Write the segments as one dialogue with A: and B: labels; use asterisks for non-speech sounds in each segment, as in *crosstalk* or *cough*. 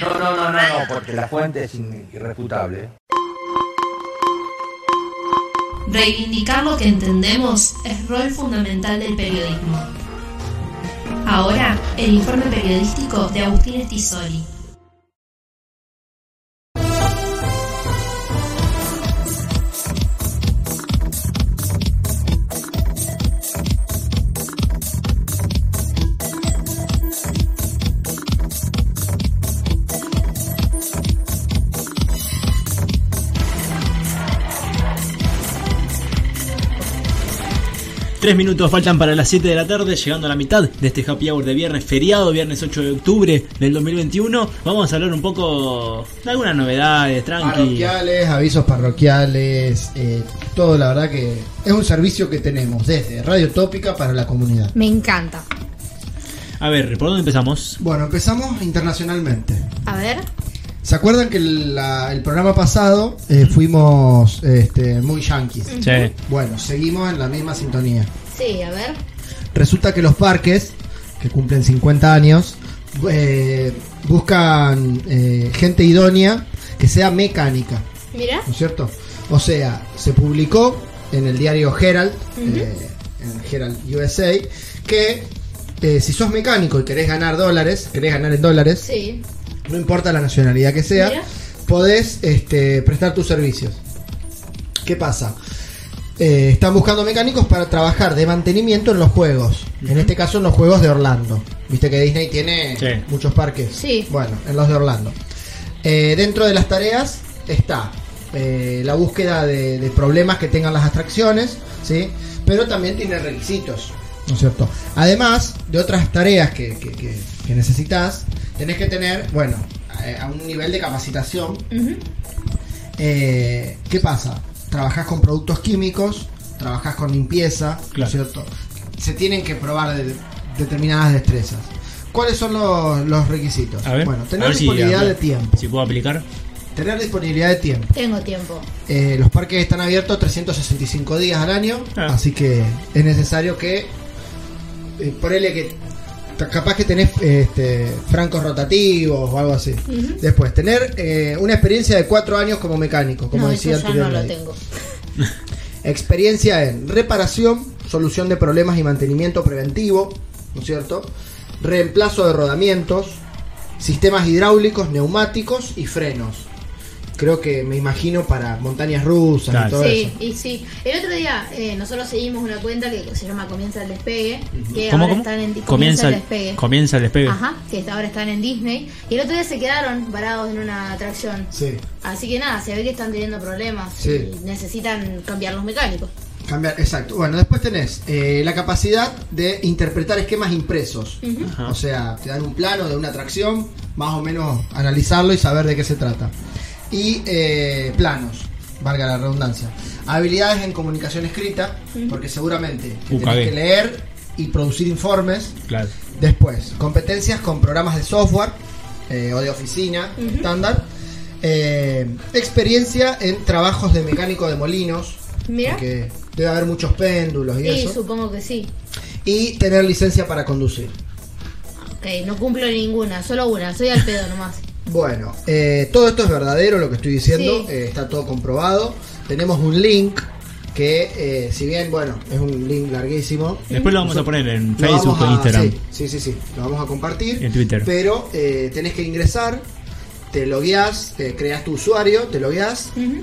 A: No, no, no, no, no, porque la fuente es in- irrefutable.
B: Reivindicar lo que entendemos es rol fundamental del periodismo. Ahora, el informe periodístico de Agustín Estisoli.
C: Tres minutos faltan para las 7 de la tarde, llegando a la mitad de este happy hour de viernes feriado, viernes 8 de octubre del 2021. Vamos a hablar un poco de algunas novedades, tranqui.
D: Parroquiales, avisos parroquiales, eh, todo la verdad que es un servicio que tenemos desde Radio Tópica para la comunidad.
E: Me encanta.
C: A ver, ¿por dónde empezamos?
D: Bueno, empezamos internacionalmente.
E: A ver.
D: ¿Se acuerdan que el, la- el programa pasado eh, fuimos este, muy yanquis?
C: Che,
D: Bueno, seguimos en la misma sintonía.
E: Sí, a ver.
D: Resulta que los parques, que cumplen 50 años, eh, buscan eh, gente idónea que sea mecánica.
E: Mira.
D: ¿no es cierto? O sea, se publicó en el diario Herald, eh, en Herald USA, que eh, si sos mecánico y querés ganar dólares, querés ganar en dólares,
E: Sí.
D: no importa la nacionalidad que sea,
E: Mira.
D: podés este, prestar tus servicios. ¿Qué pasa? Eh, están buscando mecánicos para trabajar de mantenimiento en los juegos. En este caso, en los juegos de Orlando. Viste que Disney tiene
C: Sí.
D: muchos parques.
E: Sí.
D: Bueno, en los de Orlando. Eh, dentro de las tareas está eh, la búsqueda de, de problemas que tengan las atracciones, ¿sí? Pero también tiene requisitos, ¿no es cierto? Además de otras tareas que, que, que- que necesitas, tenés que tener, bueno, eh, a un nivel de capacitación. Eh, ¿Qué pasa? Trabajás con productos químicos, trabajás con limpieza, ¿no
C: Claro.
D: es cierto? Se tienen que probar de- determinadas destrezas. ¿Cuáles son los, los requisitos?
C: a ver.
D: bueno,
C: a
D: tener
C: ver si-
D: disponibilidad
C: a-
D: de tiempo.
C: Si puedo aplicar.
D: Tener disponibilidad de tiempo.
E: Tengo tiempo.
D: Eh, los parques están abiertos 365 días al año,
C: Ah.
D: así que es necesario que eh, ponele que ta- capaz que tenés este, francos rotativos o algo así. Después, tener eh, una experiencia de cuatro años como mecánico, como
E: no, eso
D: decía
E: ya no lo
D: anteriormente.
E: tengo.
D: Experiencia en reparación, solución de problemas y mantenimiento preventivo, ¿no es cierto? Reemplazo de rodamientos, sistemas hidráulicos, neumáticos y frenos. Creo que me imagino para montañas rusas
C: Claro.
D: y todo
E: Sí,
D: eso.
E: y sí. El otro día eh, nosotros seguimos una cuenta que se llama Comienza el despegue. Que
C: ¿Cómo,
E: ahora
C: cómo?
E: están en Di-
C: Comienza
E: el
C: el
E: despegue.
C: Comienza el despegue.
E: Ajá, que ahora están en Disney. Y el otro día se quedaron parados en una atracción.
D: Sí.
E: Así que nada, se ve que están teniendo problemas
D: Sí.
E: y necesitan cambiar los mecánicos.
D: Cambiar, exacto. Bueno, después tenés eh, la capacidad de interpretar esquemas impresos.
C: Ajá.
D: O sea, te dan un plano de una atracción, más o menos analizarlo y saber de qué se trata. Y eh, planos, valga la redundancia. Habilidades en comunicación escrita, porque seguramente que
C: Uh,
D: tenés
C: cagué.
D: que leer y producir informes.
C: Claro.
D: Después, competencias con programas de software eh, o de oficina estándar. Eh, experiencia en trabajos de mecánico de molinos.
E: Mira.
D: Porque debe haber muchos péndulos y,
E: Y
D: eso.
E: supongo que sí.
D: Y tener licencia para conducir.
E: Ok, no cumplo ninguna, solo una, soy al pedo nomás.
D: Bueno, eh, todo esto es verdadero lo que estoy diciendo,
E: Sí.
D: eh, está todo comprobado. Tenemos un link que, eh, si bien, bueno, es un link larguísimo,
C: Después lo vamos a poner en
D: lo
C: Facebook
D: vamos
C: o
D: a-
C: Instagram.
D: Sí, sí, sí, sí, lo vamos a compartir.
C: En Twitter.
D: Pero eh, tenés que ingresar, te logueás, eh, creas tu usuario, te logueás
E: Ujú.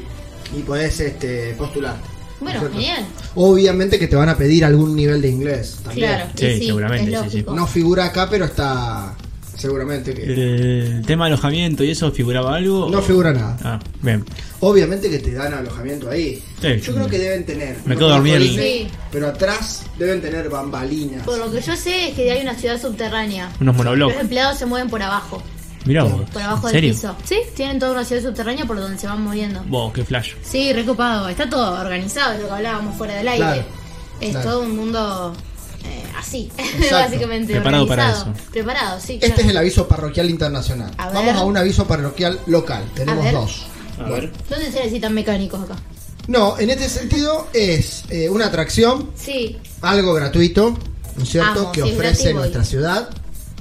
D: y podés este, postularte.
E: Bueno,
D: ¿no es cierto?
E: genial.
D: Obviamente que te van a pedir algún nivel de inglés también.
E: Claro, y
C: Sí,
E: sí,
C: seguramente,
E: es
C: sí, sí.
E: lógico.
D: No figura acá, pero está seguramente que...
C: El tema de alojamiento y eso figuraba algo.
D: No figura nada.
C: Ah, bien.
D: Obviamente que te dan alojamiento ahí.
C: Sí.
D: Yo creo que deben tener.
C: Me
D: no
C: quedo
D: conozco
C: dormido en el-
D: Disney,
E: Sí.
D: Pero atrás deben tener bambalinas.
E: Por lo que yo sé es que hay una ciudad subterránea.
C: Unos
E: Los
C: monoblocks.
E: empleados se mueven por abajo,
C: Mirá vos.
E: por abajo
C: ¿En
E: del
C: serio?
E: piso. Sí, tienen toda una ciudad subterránea por donde se van moviendo.
C: Vos, qué flash.
E: Sí, recopado, está todo organizado, es lo que hablábamos fuera del aire.
D: Claro,
E: es
D: claro.
E: todo un mundo eh, así, *laughs*
D: Exacto.
E: básicamente.
C: Preparado para
E: organizado.
C: eso.
E: Preparado, sí.
D: Este
E: claro.
D: es el aviso parroquial internacional.
E: A ver.
D: Vamos a un aviso parroquial local.
E: A
D: Tenemos
E: ver.
D: dos.
C: A ver.
E: ¿Dónde se necesitan mecánicos acá?
D: No, en este sentido es eh, una atracción,
E: Sí,
D: algo gratuito, ¿no es cierto?
E: Amo,
D: que
E: sí,
D: ofrece
E: gratis voy.
D: nuestra ciudad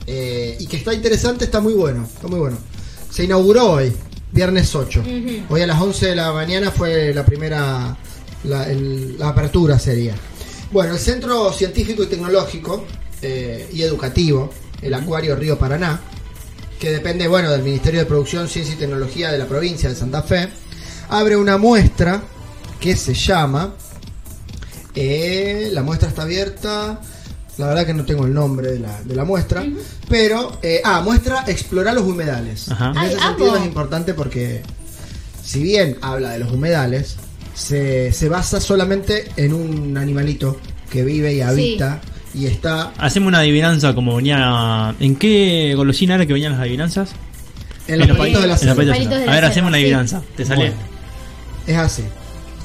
D: eh, y que está interesante, está muy bueno, está muy bueno. se inauguró hoy, viernes 8.
E: Ujú.
D: Hoy a las 11 de la mañana fue la primera, la, el- la apertura sería. Bueno, el Centro Científico y Tecnológico eh, y Educativo, el Acuario Río Paraná, que depende, bueno, del Ministerio de Producción, Ciencia y Tecnología de la provincia de Santa Fe, abre una muestra que se llama... eh, la muestra está abierta... La verdad que no tengo el nombre de la, de la muestra, pero... eh, ah, muestra Explorar los humedales.
C: Ajá.
D: En
E: Ay,
D: ese sentido
E: amo.
D: es importante porque si bien habla de los humedales, se, se basa solamente en un animalito que vive y habita y está
C: Hacemos una adivinanza como venía. ¿En qué golosina era que venían las adivinanzas?
D: en los
E: los
D: palitos de la
E: palitos.
C: en los palitos de
D: selva.
C: la
E: Palitos de
C: selva.
E: la
C: A ver,
E: selva,
C: hacemos una
E: sí.
C: adivinanza. ¿Te sale?
D: Bueno, es así.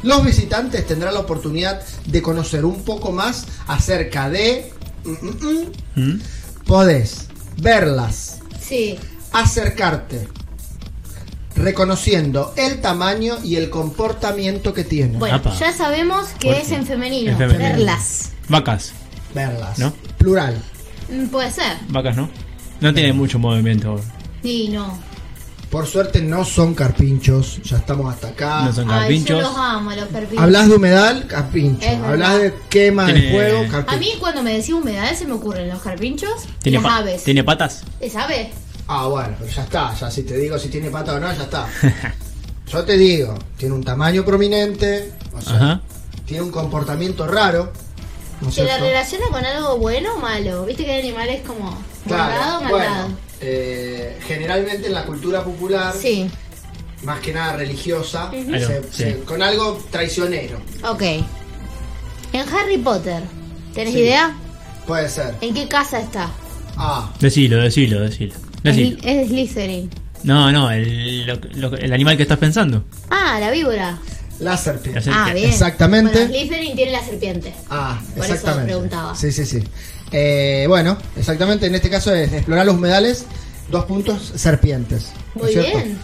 D: Los visitantes tendrán la oportunidad de conocer un poco más acerca de... mm, mm, mm.
C: ¿Mm?
D: Podés verlas,
E: Sí.
D: acercarte, reconociendo el tamaño y el comportamiento que tienen.
E: Bueno,
C: Apa.
E: ya sabemos que
C: Fuerte.
E: es en femenino.
C: En femenino.
E: Verlas.
C: Vacas.
D: verlas.
C: ¿No?
D: Plural.
E: Mm, Puede ser.
C: Vacas, ¿no? No tiene mucho movimiento.
E: Y no.
D: Por suerte no son carpinchos, ya estamos hasta acá.
C: No son
E: Ay, yo
C: carpinchos.
E: los amo, los perfiles.
D: Hablas de humedal, carpincho.
E: Es verdad.
D: Hablas de quema de
C: Tiene-
D: fuego,
E: A
D: carpincho.
E: mí cuando me decís humedades se me ocurren los carpinchos y
C: ¿Tiene,
E: las
C: pa-
E: aves.
C: ¿Tiene patas?
E: ¿Es ave?
D: Ah, bueno, pero ya está. Ya si te digo si tiene pata o no, ya
C: *laughs*
D: está. Yo te digo, tiene un tamaño prominente, o sea,
C: Ajá.
D: tiene un comportamiento raro. ¿No es
E: ¿Se la
D: cierto?
E: relaciona con algo bueno o malo? Viste que hay animales como malvado o
D: Claro,
E: malvado.
D: bueno, eh, generalmente en la cultura popular,
E: Sí,
D: más que nada religiosa,
C: Ujú.
D: se-
C: Claro,
D: se-
C: sí.
D: con algo traicionero,
E: ok. En Harry Potter, ¿tenés
D: Sí.
E: idea?
D: puede ser.
E: ¿En qué casa está?
D: Ah,
C: Decilo, decilo, decilo.
E: Es,
C: Decilo.
E: es Slytherin.
C: No, no, el, lo- lo- el animal que estás pensando.
E: Ah, la víbora.
D: la serpiente.
C: La serpiente.
E: Ah, bien.
D: Exactamente.
E: Bueno, Slytherin tiene la serpiente.
D: Ah,
E: Por eso
D: exactamente.
E: preguntaba.
D: Sí, sí, sí. Eh, bueno, exactamente, en este caso es explorar los humedales, dos puntos, serpientes. ¿no
E: Muy
D: es cierto?
E: bien.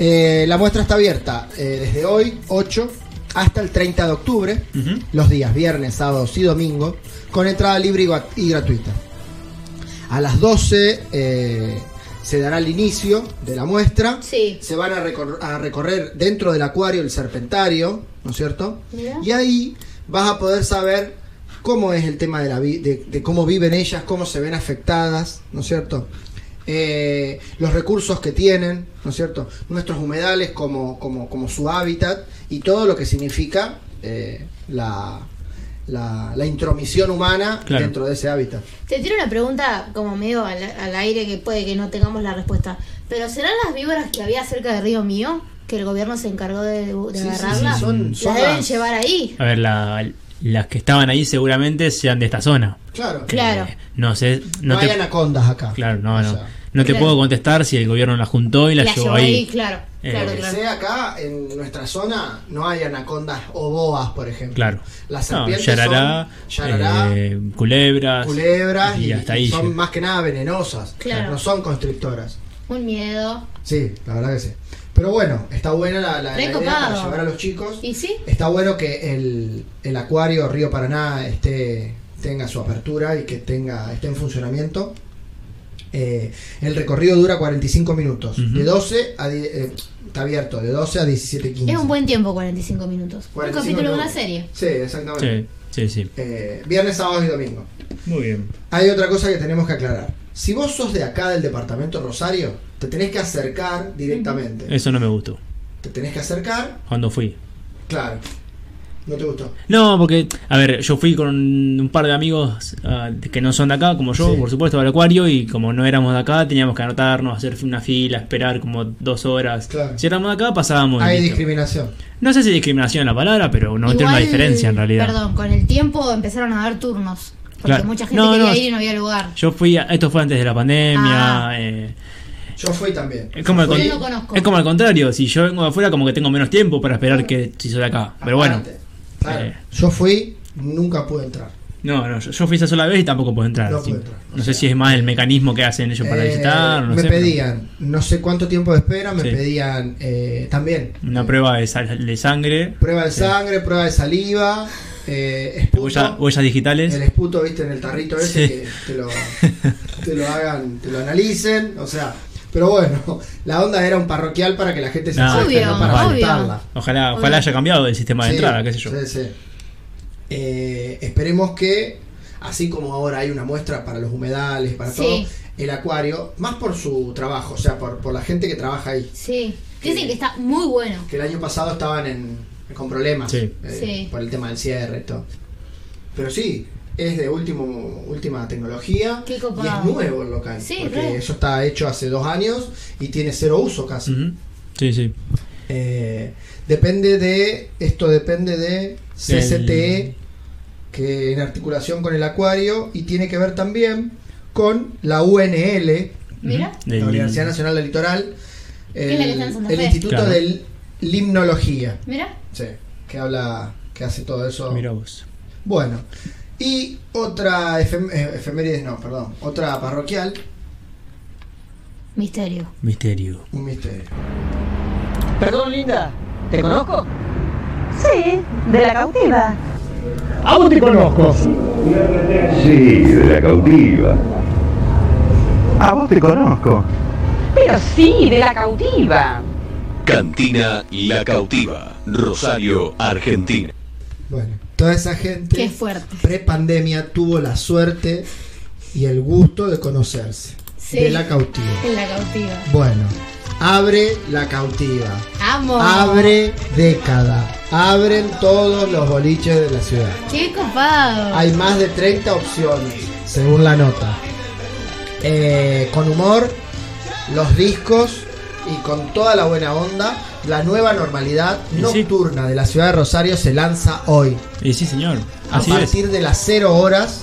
D: Eh, la muestra está abierta eh, desde hoy, 8, hasta el 30 de octubre,
C: Ujú.
D: los días viernes, sábados y domingo, con entrada libre y, gua- y gratuita. A las 12 eh, se dará el inicio de la muestra.
E: Sí.
D: Se van a, recor- a recorrer dentro del acuario el serpentario, ¿no es cierto?
E: Mirá.
D: Y ahí vas a poder saber cómo es el tema de, la vi- de, de cómo viven ellas, cómo se ven afectadas, ¿no es cierto? Eh, los recursos que tienen, ¿no es cierto? Nuestros humedales como, como, como su hábitat y todo lo que significa eh, la, la, la intromisión humana
C: Claro.
D: dentro de ese hábitat.
E: Te tiro una pregunta como medio al, al aire que puede que no tengamos la respuesta. ¿Pero serán las víboras que había cerca de Río Mío? Que el gobierno se encargó de, de
D: sí,
E: agarrarlas.
D: sí, son- son
E: las deben
D: las-
E: llevar ahí.
C: A ver, la- las que estaban ahí seguramente sean de esta zona.
D: Claro.
E: Claro.
C: Eh, no sé.
D: No,
C: No,
D: hay
C: te,
D: anacondas acá.
C: Claro, no,
D: O
C: no.
D: sea,
C: No te
E: Claro.
C: puedo contestar si el gobierno la juntó y la,
E: Las
C: llevó
E: llevó
C: ahí.
E: claro.
C: Eh,
E: claro,
C: lo
D: que
E: claro.
D: sea acá, en nuestra zona, no hay anacondas o boas, por ejemplo.
C: Claro.
D: Las
C: No,
D: serpientes
C: yarará,
D: son yarará,
C: eh, culebras,
D: culebras y,
C: hasta ahí.
D: son
C: llega.
D: más que nada venenosas.
E: Claro.
D: No son constrictoras.
E: Un miedo.
D: Sí, la verdad que sí. Pero bueno, está buena la, la- la idea
E: Recopado.
D: para llevar a los chicos.
E: ¿Y sí?
D: Está bueno que el, el acuario Río Paraná esté tenga su apertura y que tenga esté en funcionamiento. Eh, el recorrido dura 45 minutos.
C: Ujú.
D: De 12 a... die- eh, está abierto, de 12 a 17.15.
E: Es un buen tiempo 45 minutos.
D: 45
E: un capítulo de una
D: minutos.
E: serie.
D: Sí, exactamente.
C: Sí, sí, sí.
D: Eh, viernes, sábados y domingo.
C: Muy bien.
D: Hay otra cosa que tenemos que aclarar. Si vos sos de acá del departamento Rosario, te tenés que acercar directamente.
C: Eso no me gustó
D: Te tenés que acercar,
C: cuando fui.
D: claro. ¿No te gustó?
C: No, porque, a ver, yo fui con un par de amigos ah, que no son de acá, como yo,
D: Sí.
C: por supuesto, al acuario, y como no éramos de acá, teníamos que anotarnos, hacer una fila, esperar como dos horas.
D: Claro.
C: Si éramos de acá, pasábamos. y
D: Hay
C: listo.
D: discriminación.
C: No sé si discriminación la palabra, pero no tiene una
E: Igual,
C: diferencia en realidad.
E: Perdón, con el tiempo empezaron a dar turnos. Porque
C: Claro.
E: mucha gente
C: No,
E: quería
C: no.
E: ir y no había lugar.
C: Yo fui, a- esto fue antes de la pandemia.
E: Ah.
C: eh,
D: Yo fui también.
C: es, como al
D: Yo
C: con-
D: fui-
E: Yo no conozco.
C: es como al contrario, si yo vengo de afuera como que tengo menos tiempo para esperar que si soy de acá.
D: Ah,
C: Pero bueno,
D: Aparte. Claro.
C: Eh.
D: Yo fui, nunca pude entrar.
C: no, no, yo, yo fui esa sola vez y tampoco puedo entrar.
D: No
C: así-
D: puedo entrar.
C: no sé si es más el mecanismo que hacen ellos para
D: Eh,
C: visitar. No
D: me
C: sé, pero
D: pedían, no sé cuánto tiempo de espera, me
C: Sí.
D: pedían eh, también
C: Una prueba de, sal- de sangre,
D: prueba de sangre, prueba de saliva, eh, esputo.
C: huella- huellas digitales.
D: El esputo, viste, en el tarrito ese,
C: Sí.
D: que te lo, te lo hagan, te lo analicen, o sea, Pero bueno, la onda era un parroquial para que la gente se
C: Ah,
D: acerque,
E: obvio,
D: no para
E: obvio.
D: asustarla.
C: Ojalá,
E: Obvio.
C: ojalá haya cambiado el sistema de
D: Sí,
C: entrada, qué sé yo.
D: sí, sí. Eh, esperemos que, así como ahora hay una muestra para los humedales, para
E: Sí.
D: todo, el acuario, más por su trabajo, o sea, por, por la gente que trabaja ahí.
E: Sí. Dicen que está muy bueno.
D: Que el año pasado estaban en, con problemas
C: Sí.
D: eh,
E: Sí.
D: por el tema del cierre y todo. Pero sí, es de último, última tecnología
E: Qué
D: y
E: copado.
D: es nuevo el local.
E: Sí,
D: porque
E: re.
D: eso está hecho hace dos años y tiene cero uso casi.
C: Ujú. Sí, sí.
D: Eh, depende de. Esto depende de CCTE,
C: Del-
D: E, que en articulación con el acuario, y tiene que ver también con la UNL,
E: Mira.
C: Ujú.
D: la
C: Del-
D: Universidad Nacional del Litoral,
E: es la que
D: el,
E: está en Santa
D: el
E: Fe.
D: Instituto
C: Claro.
D: de Limnología,
E: Mira.
D: sí, que habla, que hace todo eso.
C: Mira vos.
D: Bueno, y otra efem- eh, efemérides, no, perdón, otra parroquial,
E: Misterio.
C: Misterio.
D: un misterio.
F: Perdón, linda, ¿te conozco?
G: Sí, de la cautiva.
F: Aún te conozco.
H: Sí, de la cautiva. A vos te conozco.
G: Pero sí, de la cautiva.
I: Cantina La Cautiva, Rosario, Argentina.
D: Bueno, toda esa gente.
E: Qué fuerte.
D: pre-pandemia tuvo la suerte y el gusto de conocerse.
E: Sí.
D: De la cautiva.
E: En la cautiva.
D: Bueno, abre la cautiva.
E: Amo.
D: Abre década. Abren todos los boliches de la ciudad.
E: Qué copado.
D: Hay más de 30 opciones, según la nota. Eh, con humor, los discos y con toda la buena onda, la nueva normalidad
C: Y sí.
D: nocturna de la ciudad de Rosario se lanza hoy.
C: Y Eh, sí, señor.
D: A
C: Así es.
D: partir de las 0 horas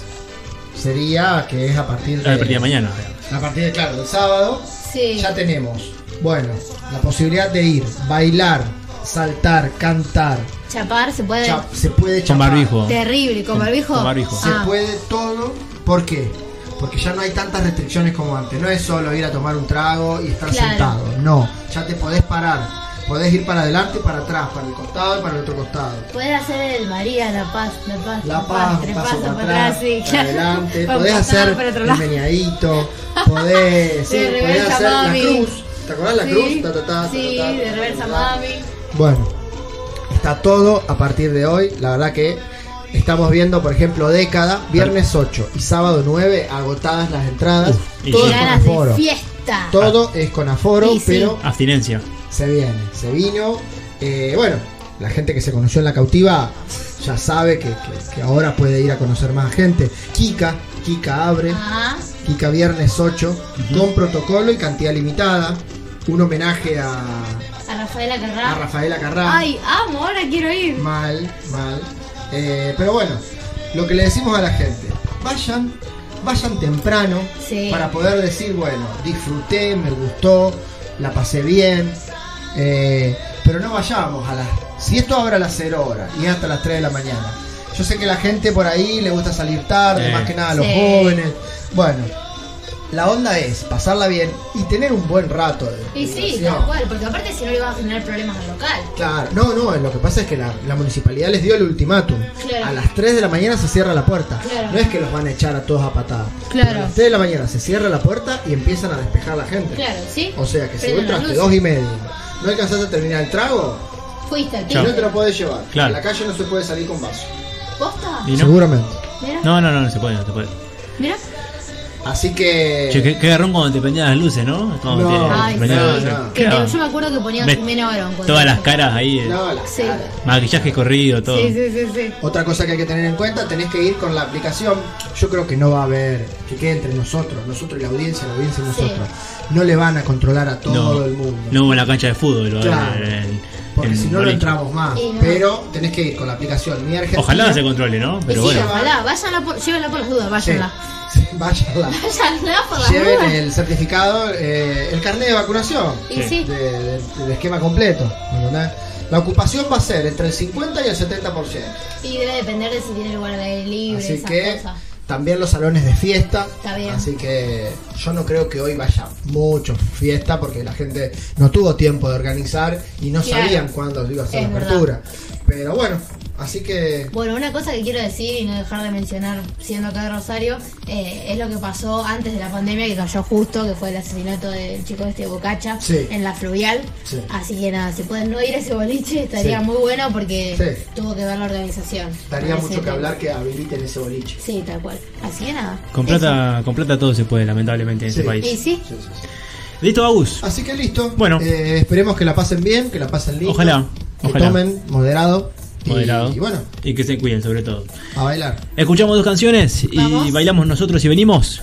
D: sería que es a partir de,
C: A partir de mañana.
D: A partir de claro, del sábado
E: Sí.
D: ya tenemos. Bueno, la posibilidad de ir, bailar, saltar, cantar.
E: Chapar se puede.
D: cha- se puede
C: Con
D: chapar,
C: barbijo.
E: Terrible. ¿Con barbijo?
C: Con barbijo.
D: Se
E: Ah,
D: puede todo. ¿Por qué? Porque ya no hay tantas restricciones como antes. No es solo ir a tomar un trago y estar
E: Claro.
D: sentado. No, ya te podés parar. Podés ir para adelante, y para atrás, para el costado y para el otro costado.
E: Puede hacer el María, la paz, la paz.
D: La paz,
E: tres
D: paso
E: pasos
D: para atrás,
E: sí,
D: para
E: claro. *laughs*
D: adelante,
E: Para
D: podés
E: pasar
D: hacer
E: para otro
D: el
E: lado. *laughs*
D: meneadito, podés, sí,
E: De
D: podés
E: reversa,
D: hacer
E: mami.
D: la cruz, ¿te acordás la
E: Sí,
D: cruz? Ta, ta, ta, ta,
E: sí,
D: ta, ta, ta,
E: de
D: ta,
E: reversa
D: ta.
E: mami.
D: Bueno, está todo a partir de hoy, la verdad que estamos viendo, por ejemplo, década, viernes 8 y sábado 9, agotadas las entradas,
C: y
D: todo
C: sí.
D: es con
E: Ganas de
D: aforo,
E: fiesta.
D: todo es con aforo,
E: Y sí.
D: pero
C: Abstinencia.
D: se viene, se vino. Eh, bueno, la gente que se conoció en la cautiva ya sabe que, que- que ahora puede ir a conocer más gente. Kika, Kika abre,
E: Ajá.
D: Kika viernes 8, con protocolo y cantidad limitada. Un homenaje a,
E: A Rafaela Carrá.
D: a Rafaela Carrá.
E: Ay, amo, ahora quiero ir.
D: Mal, mal. Eh, pero bueno, lo que le decimos a la gente, vayan, vayan temprano
E: Sí.
D: para poder decir, bueno, disfruté, me gustó, la pasé bien, eh, pero no vayamos a las... Si esto abre a las 0 horas y es hasta las 3 de la mañana. Yo sé que la gente por ahí le gusta salir tarde,
C: Sí.
D: más que nada a los
E: Sí.
D: jóvenes. Bueno, la onda es pasarla bien y tener un buen rato. de
E: Y sí,
D: diversión.
E: tal cual, porque aparte si no le vas a generar problemas al local.
D: Claro, no, no, lo que pasa es que la, la municipalidad les dio el ultimátum.
E: Claro.
D: A las 3 de la mañana se cierra la puerta.
E: Claro.
D: No es que los van a echar a todos a patada.
E: Claro.
D: Pero A las 3 de la mañana se cierra la puerta y empiezan a despejar la gente.
E: Claro, ¿sí?
D: O sea que si
E: Prenden
D: vos
E: las
D: traste
E: luces.
D: 2 y media, no alcanzaste a terminar el trago,
E: Fuiste aquí.
D: y no te lo podés llevar.
C: Claro.
D: En la calle no se puede salir con vaso.
E: ¿Posta?
C: ¿Y no?
D: Seguramente.
E: Mira,
C: No, no, no, no se puede, no se puede.
E: mira.
D: Así que.
C: Che, qué, qué garrón cuando te prendían las luces, ¿no? Cuando
D: No.
C: te-
E: Ay,
C: te
E: sí.
C: prendían las luces.
D: no.
E: Que
C: Quedaba.
E: te- yo me acuerdo que ponía
C: Ves
E: Jimena Barón. cuando-
C: Todas las caras ahí. eh.
D: No, la
E: Sí.
D: cara.
C: Maquillaje corrido, todo.
E: Sí, sí, sí, sí.
D: Otra cosa que hay que tener en cuenta, tenés que ir con la aplicación. Yo creo que no va a haber, que quede entre nosotros, nosotros y la audiencia, la audiencia y
E: Sí.
D: nosotros. No le van a controlar a todo el mundo.
C: No hubo en la cancha de fútbol. lo-
D: Claro.
C: en- en-
D: porque
C: en
D: si no, no
C: boliche.
D: entramos más.
E: Y no.
D: Pero tenés que ir con la aplicación. Mi Argentina.
C: Ojalá se controle, ¿no? Pero
E: y sí,
C: bueno.
E: ojalá, váyanla por, llévenla por las dudas,
D: Sí,
E: váyanla.
D: sí, váyanla.
E: Váyanla por las
D: Lleven
E: dudas.
D: el certificado, eh, el carnet de vacunación.
E: Y
C: Sí.
E: sí,
D: de- de- del esquema completo. ¿entendés? La ocupación va a ser entre el 50 y el 70%.
E: y debe depender de si tiene lugar al aire libre,
D: Así
E: esas
D: que
E: cosas.
D: también los salones de fiesta.
E: Está bien.
D: Así que yo no creo que hoy vaya mucho fiesta porque la gente no tuvo tiempo de organizar y no
E: Claro.
D: sabían cuándo iba a ser
E: Es
D: la
E: verdad.
D: apertura. Pero bueno, Así que.
E: Bueno, una cosa que quiero decir y no dejar de mencionar, siendo acá de Rosario, eh, es lo que pasó antes de la pandemia, que cayó justo, que fue el asesinato del chico este de Bocacha
D: Sí.
E: en la fluvial.
D: Sí.
E: Así que nada, si pueden no ir a ese boliche, estaría
D: Sí.
E: muy bueno porque
D: Sí.
E: tuvo que ver la organización.
D: Daría
E: Así
D: mucho que hablar que habiliten ese boliche.
E: Sí, tal cual. Así que nada.
C: Con plata, con plata todo se puede, lamentablemente, en
D: Sí.
C: este
E: Eso. Y
C: país.
E: sí,
D: Sí, sí, sí.
C: Listo, Agus.
D: Así que listo.
C: Bueno.
D: Eh, esperemos que la pasen bien, que la pasen lindo.
C: Ojalá,
D: Que
C: ojalá.
D: tomen moderado. y-
C: Moderado.
D: Y, bueno,
C: Y que se cuiden, sobre todo.
D: a bailar.
C: Escuchamos dos canciones y
E: Vamos.
C: bailamos nosotros y venimos.